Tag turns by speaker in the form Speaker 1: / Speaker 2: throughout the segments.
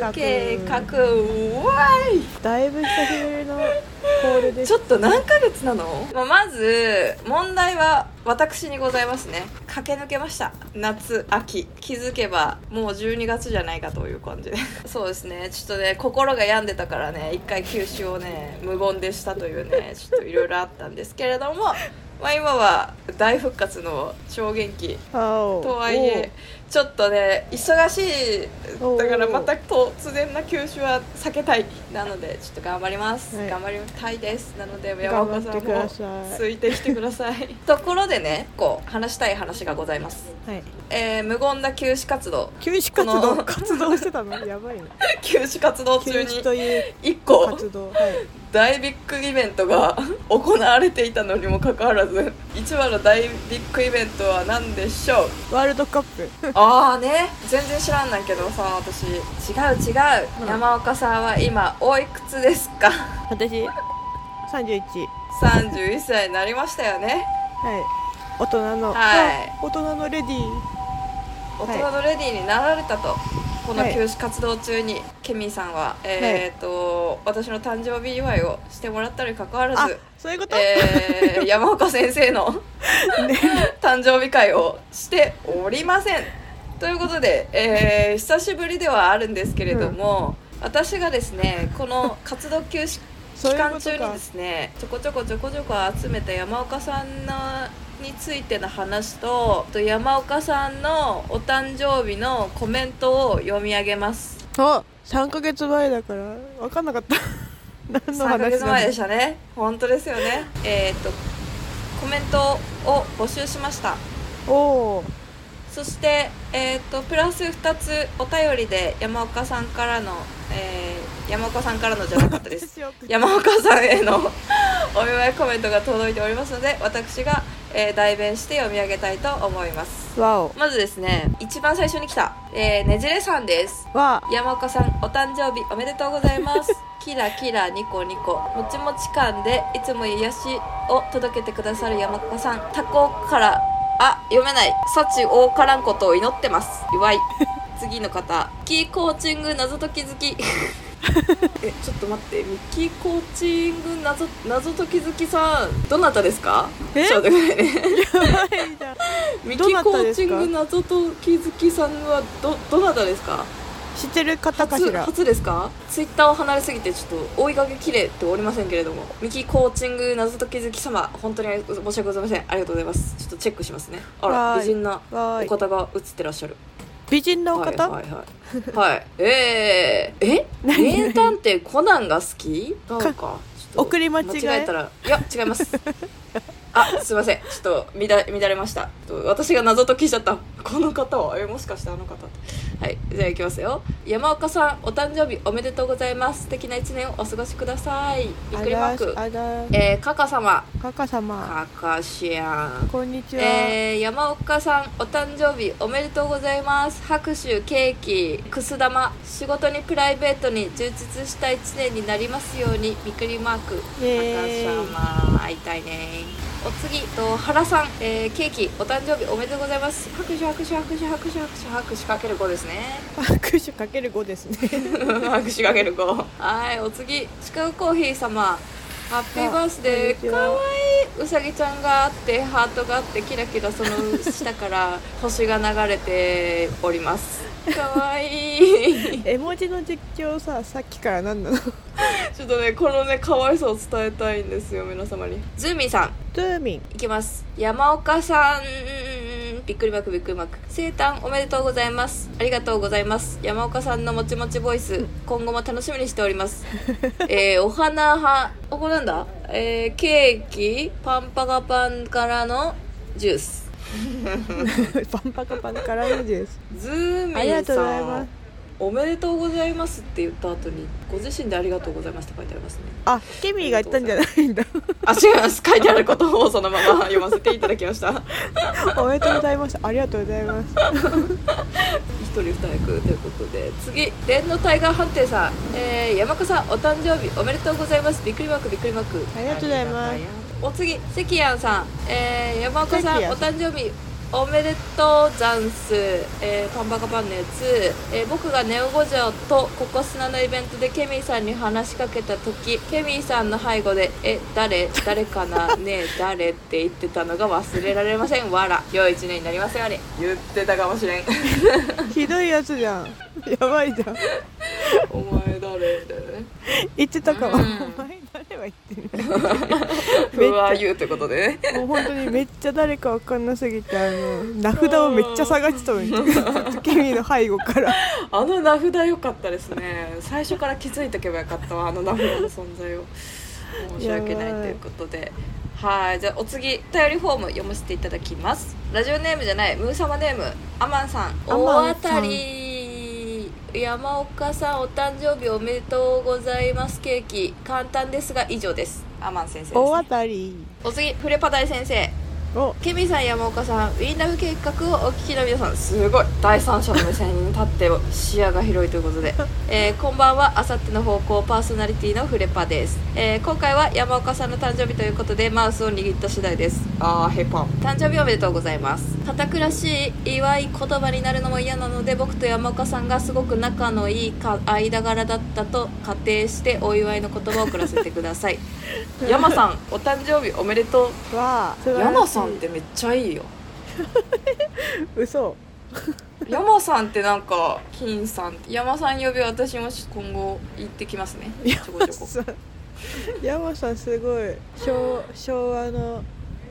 Speaker 1: 画
Speaker 2: 計画うわい
Speaker 1: だいぶ久しぶりのコールで
Speaker 2: ち
Speaker 1: す
Speaker 2: ょっと何ヶ月なの、まあ、まず問題は私にございますね駆け抜けました夏秋気づけばもう12月じゃないかという 感じでそうですねちょっとね心が病んでたからね一回休止をね無言でしたというねちょっといろいろあったんですけれどもまあ今は大復活の超元気
Speaker 1: と
Speaker 2: とはいえちょっとね忙しいだから
Speaker 1: おう
Speaker 2: また突然な休止は避けたいなのでちょっと頑張ります、
Speaker 1: はい
Speaker 2: 頑張りたいですなので山
Speaker 1: 頑
Speaker 2: 岡
Speaker 1: 張
Speaker 2: さ
Speaker 1: っ
Speaker 2: ん
Speaker 1: てく
Speaker 2: も
Speaker 1: ださい
Speaker 2: 推定してください ところでねこう話したい話がございます、
Speaker 1: はい
Speaker 2: えー無言な休止活動
Speaker 1: 休止活
Speaker 2: こ
Speaker 1: 動
Speaker 2: の
Speaker 1: 活動してたのやばいね
Speaker 2: 休止活動
Speaker 1: 休
Speaker 2: 中に
Speaker 1: 止という
Speaker 2: 1個
Speaker 1: 活動はい
Speaker 2: 大ビッグイベントが 行われていたのにもかかわらず一番の大ビッグイベントは何でしょう
Speaker 1: ワールドカップ
Speaker 2: ああね全然知らんないけどさ私違う違う、
Speaker 1: うん
Speaker 2: 山岡さんは今おいくつですか
Speaker 1: 私31
Speaker 2: 31歳になりましたよね
Speaker 1: はい大人の、
Speaker 2: はい
Speaker 1: あ大人のレディー
Speaker 2: 大
Speaker 1: はい
Speaker 2: 人のレディーになられたと、この
Speaker 1: はい
Speaker 2: 休止活動中に、ケミーさんはえっ、と私の誕生日祝いをしてもらったにかかわら
Speaker 1: あ
Speaker 2: ず、
Speaker 1: そういうこと、
Speaker 2: えー山岡先生の誕生日会をしておりませんということで、えー久しぶりではあるんですけれども、私がですねこの活動休止
Speaker 1: そう
Speaker 2: 期
Speaker 1: いう
Speaker 2: 間
Speaker 1: こと
Speaker 2: 中に
Speaker 1: か
Speaker 2: ですねちょこちょこちょこちょこ集めた山岡さんのについての話とあと山岡さんのお誕生日のコメントを読み上げます
Speaker 1: あ3ヶ月前だから分かんなかった 何の
Speaker 2: 3ヶ
Speaker 1: 話
Speaker 2: 月前で
Speaker 1: だ
Speaker 2: したね本当ですよねえーっとコメントを募集しました
Speaker 1: おお
Speaker 2: そして、えー、とプラス2つお便りで山岡さんからの、えー山岡さんからのじゃなかったです 山岡さんへの お祝いコメントが届いておりますので私が、えー代弁して読み上げたいと思います
Speaker 1: わお
Speaker 2: まずですね一番最初に来た、えーねじれさんです
Speaker 1: わ
Speaker 2: 山岡さんお誕生日おめでとうございます キラキラニコニコもちもち感でいつも癒しを届けてくださる山岡さん他校からあ読めない幸多からんことを祈ってます 祝い次の方ミッキーコーチング謎解き好き えちょっと待ってミッキーコーチング謎謎解き好きさんどなたですか
Speaker 1: え
Speaker 2: ちょっと待ってくださいね
Speaker 1: はいじゃ
Speaker 2: ミッキ
Speaker 1: ど
Speaker 2: ー
Speaker 1: な
Speaker 2: コ
Speaker 1: た
Speaker 2: ー
Speaker 1: です
Speaker 2: チ
Speaker 1: か
Speaker 2: ング謎解き好きさんはどどなたですか
Speaker 1: あ知ってる方か
Speaker 2: 初
Speaker 1: しら
Speaker 2: 初ですかツイッターを離れすぎてちょっと追いかけきれておりませんけれどもミキコーチング謎解き好き様本当に申し訳ございませんありがとうございますちょっとチェックしますねあ
Speaker 1: は
Speaker 2: ら
Speaker 1: ーい
Speaker 2: 美人な
Speaker 1: わ
Speaker 2: お
Speaker 1: ーい
Speaker 2: 方が映ってらっしゃる
Speaker 1: 美人のお
Speaker 2: はい
Speaker 1: 方、
Speaker 2: はいはいはいえー、え
Speaker 1: 何
Speaker 2: 名探偵コナンが好きなのかちょっと
Speaker 1: 送り間違え
Speaker 2: 間違えたらいや違いますあすいませんちょっと乱乱れましたちょっと私が謎解きしちゃったこの方はえもしかしてあの方はいじゃあいきますよ山岡さんお誕生日おめでとうございます素敵な一年をお過ごしくださいびっくりマーク
Speaker 1: あらしあら
Speaker 2: えー、カカ様
Speaker 1: カカ様
Speaker 2: カカシアン
Speaker 1: こんにちは、
Speaker 2: えー、山岡さんお誕生日おめでとうございます拍手ケーキくす玉仕事にプライベートに充実した1年になりますようにびっくりマーク
Speaker 1: イエーイ
Speaker 2: 高島会いたいねお次と原さん、えー、ケーキお誕生日おめでとうございます拍手拍手拍手拍手拍手拍手かける5ですね
Speaker 1: 拍手かける5です ね
Speaker 2: 拍手かける5はいお次シカゴコーヒー様ハッピーバースデ
Speaker 1: こんにち
Speaker 2: ーか
Speaker 1: は
Speaker 2: わいいうさぎちゃんがあってハートがあってキラキラその下から 星が流れておりますかわいい
Speaker 1: 絵文字の実況ささっきから何なのト
Speaker 2: ちょっとねこのねかわいさを伝えたいんですよ皆様にズーミーさん
Speaker 1: ゥーミン
Speaker 2: いきます山岡さんびっくりマークびっくりマーク生誕おめでとうございますありがとうございます山岡さんのもちもちボイス今後も楽しみにしておりますえー、お花はおこれなんだえー、ケーキパンパカパンからのジュース
Speaker 1: パンパカパンからのです
Speaker 2: ズーミ
Speaker 1: ありが
Speaker 2: ン
Speaker 1: とうござい
Speaker 2: さ
Speaker 1: ます
Speaker 2: んおめでとうございますって言った後にご自身でありがとうございますって書いてありますね
Speaker 1: あケミーが言ったんじゃない んだ
Speaker 2: あ違います書いてあることをそのまま読ませていただきました
Speaker 1: おめでとうございますありがとうございます
Speaker 2: 一人二役ということで次電脳タイガー判定さん、えー、山子さんお誕生日おめでとうございますびっくりマークびっくりマーク
Speaker 1: ありがとうございます
Speaker 2: お次関やんさん、えー、山岡さん
Speaker 1: 関
Speaker 2: お
Speaker 1: 谷さ
Speaker 2: 誕生日おめでとうざんす、えーパンバカパンのやつ、えー僕がネオ五条とココスナのイベントでケミーさんに話しかけた時ケミーさんの背後で「え誰誰か なねえ誰?」って言ってたのが忘れられませんわら良い一年になりますように言ってたかもしれん
Speaker 1: ひどいやつじ ゃんやばいじゃん
Speaker 2: お前誰みたいなね
Speaker 1: 言ってたかも、
Speaker 2: うん
Speaker 1: お前誰は言ってる
Speaker 2: 不和言うということでね
Speaker 1: もう本当にめっちゃ誰かわかんなすぎてあの名札をめっちゃ探してたのに君の背後 から
Speaker 2: あの名札良かったですね最初から気づいておけばよかったわあの名札の存在を申し訳ない
Speaker 1: やばい
Speaker 2: ということではいじゃあお次お便りフォーム読ませていただきますラジオネームじゃないムー様ネームアマンさん
Speaker 1: アマ
Speaker 2: 大
Speaker 1: ン
Speaker 2: 当
Speaker 1: さ
Speaker 2: た
Speaker 1: ん
Speaker 2: り山岡さんお誕生日おめでとうございますケーキ簡単ですが以上ですアマン先生です、
Speaker 1: 大
Speaker 2: ね
Speaker 1: 当、たり
Speaker 2: お次フレパダイ先生
Speaker 1: お
Speaker 2: ケミさん山岡さんウィンラブ計画をお聞きの皆さんすごい第三者の目線に立って視野が広いということで、えーこんばんはあさっての方向パーソナリティのフレパです、えー今回は山岡さんの誕生日ということでマウスを握った次第ですあーヘパン誕生日おめでとうございます堅苦しい祝い言葉になるのも嫌なので僕と山岡さんがすごく仲のいいか間柄だったと仮定してお祝いの言葉を送らせてください山さんお誕生日おめでとう
Speaker 1: わあ素晴らしい
Speaker 2: 山さんってめっちゃいいよ
Speaker 1: 嘘
Speaker 2: 山さんってなんか金さん山さん呼びは私も今後行ってきますねちょこちょこ
Speaker 1: さ山さんすごい昭昭和の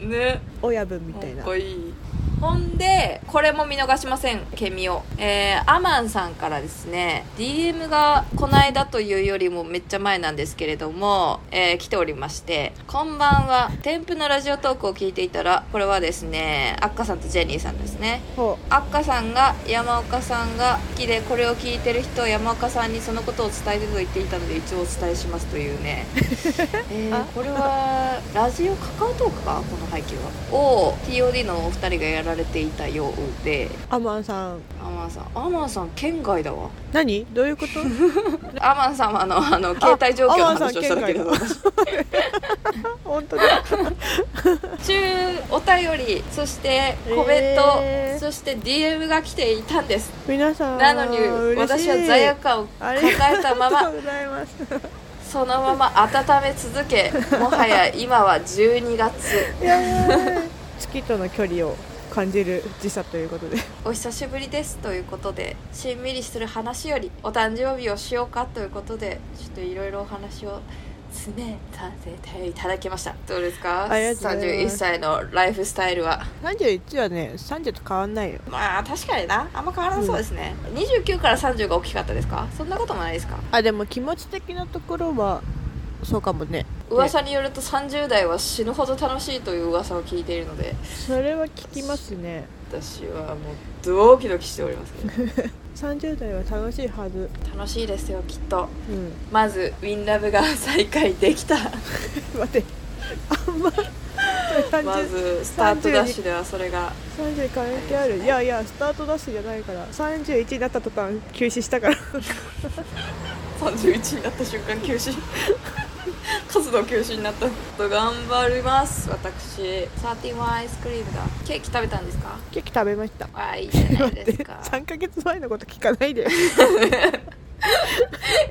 Speaker 2: ね
Speaker 1: 親分み
Speaker 2: か
Speaker 1: たいな
Speaker 2: っこいいほんでこれも見逃しませんケミオえー、アマンさんからですね DM がこないだというよりもめっちゃ前なんですけれども、えー来ておりまして「こんばんは添付のラジオトークを聞いていたらこれはですねアッカさんとジェニーさんですね
Speaker 1: ほ
Speaker 2: アッカさんが山岡さんが好きでこれを聞いてる人は山岡さんにそのことを伝えてと言っていたので一応お伝えしますという ね、えー
Speaker 1: あ
Speaker 2: これはラジオカカオトークかこの配給はを TOD のお二人がやられていたようで
Speaker 1: アマンさん
Speaker 2: アマンさんアマンさん県外だわ
Speaker 1: 何どういうこと
Speaker 2: アマンさんはあのあの携帯状況の
Speaker 1: アマンさん
Speaker 2: 話をしただけだ
Speaker 1: 県
Speaker 2: 私
Speaker 1: 本当だ
Speaker 2: 中お便りそしてコメント、
Speaker 1: えー
Speaker 2: そして DM が来ていたんです
Speaker 1: 皆さん
Speaker 2: なのに
Speaker 1: 嬉し
Speaker 2: 私
Speaker 1: い
Speaker 2: は罪悪感を
Speaker 1: あ
Speaker 2: 抱
Speaker 1: り
Speaker 2: えたま
Speaker 1: あり
Speaker 2: ま
Speaker 1: がとうございます
Speaker 2: そのまま温め続けもはや今は12月
Speaker 1: やばい月との距離を感じる時差ということで
Speaker 2: お久しぶりですということでしんみりする話よりお誕生日をしようかということでちょっといろいろお話を詰めさせていただきましたどうですか
Speaker 1: ありがとうござい
Speaker 2: 31
Speaker 1: ます
Speaker 2: 歳のライフスタイルは
Speaker 1: 31はね30と変わんないよ
Speaker 2: まあ確かになあんま変わらなそうですね、29から30が大きかったですかそんなこともないですか
Speaker 1: あでも気持ち的なところはそうかもね
Speaker 2: 噂によると30代は死ぬほど楽しいという噂を聞いているので
Speaker 1: それは聞きますね
Speaker 2: 私はもうドキドキしておりますね
Speaker 1: 30代は楽しいはず
Speaker 2: 楽しいですよきっと
Speaker 1: うん
Speaker 2: まずウィンラブが再開できた
Speaker 1: 待ってあんま
Speaker 2: ま
Speaker 1: 30
Speaker 2: ずスタートダッシュではそれが
Speaker 1: 30関係あるいやいやスタートダッシュじゃないから31になった途端休止した から
Speaker 2: 31になった瞬間休止 活動休止になったちょっと頑張ります私サーティワンアイスクリームだケーキ食べたんですか
Speaker 1: ケーキ食べました
Speaker 2: わあいいじゃない
Speaker 1: 待っ
Speaker 2: で
Speaker 1: て
Speaker 2: すか
Speaker 1: 3ヶ月前のこと聞か ないで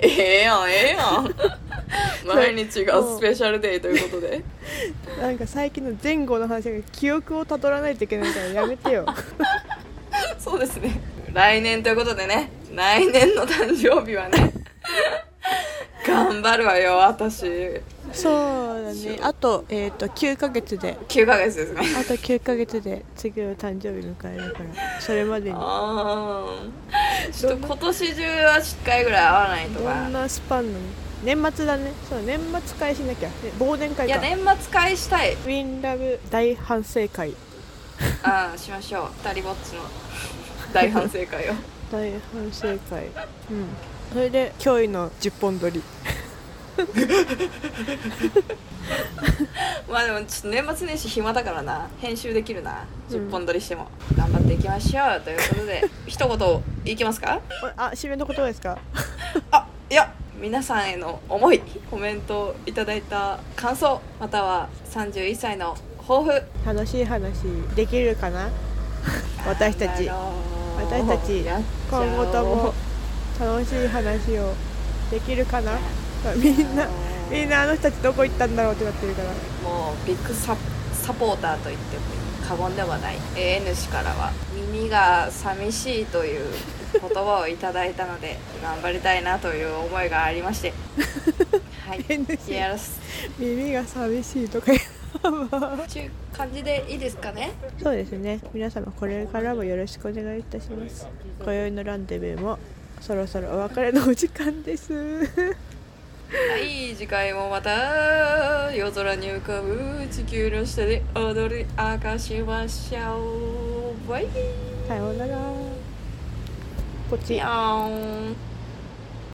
Speaker 2: ええやんええや ん毎日がスペシャルデーということで
Speaker 1: なんか最近の前後の話が記憶をたどらないといけないからやめてよ
Speaker 2: そうですね来年ということでね来年の誕生日 はね頑張るわよ私
Speaker 1: そうだねあと,、えー、と9ヶ月で
Speaker 2: 9ヶ月ですね
Speaker 1: あと9ヶ月で次の誕生日迎えだからそれまでに
Speaker 2: ああちょっと今年中は10回ぐらい会わないと
Speaker 1: どん
Speaker 2: か
Speaker 1: なスパンの年末だねそう年末会しなきゃ、ね、忘年会
Speaker 2: い
Speaker 1: か
Speaker 2: や年末会したい
Speaker 1: ウィンラブ大反省会
Speaker 2: ああしましょう二人ぼっち の大反省会を
Speaker 1: 大反省会うんそれで驚異の10本撮り
Speaker 2: まあでもちょっと年末年始暇だからな編集できるな
Speaker 1: うん
Speaker 2: 10本撮りしても、頑張っていきましょうというこ とで一言いきますか
Speaker 1: あ締めのことですか
Speaker 2: あいや皆さんへの思いコメントいただいた感想または31歳の抱負
Speaker 1: 楽しい話できるかな私たち私たち今後とも楽しい話をできるかなみんなみんなあの人たちどこ行ったんだろうってなってるから
Speaker 2: もうビッグササポーターと言っても過言ではない AN 氏からは耳が寂しいという言葉をいただいたので頑張りたいなという思いがありましてはい やらす
Speaker 1: 耳が寂しいとか
Speaker 2: ちゅう感じでいいですかね
Speaker 1: そうですね皆様これからもよろしくお願いいたします今宵のランデブーもそろそろお別れのお時間です
Speaker 2: はい次回もまた夜空に浮かぶ地球の下で踊り明かしましょうバイビー
Speaker 1: さようならこっち
Speaker 2: にゃーん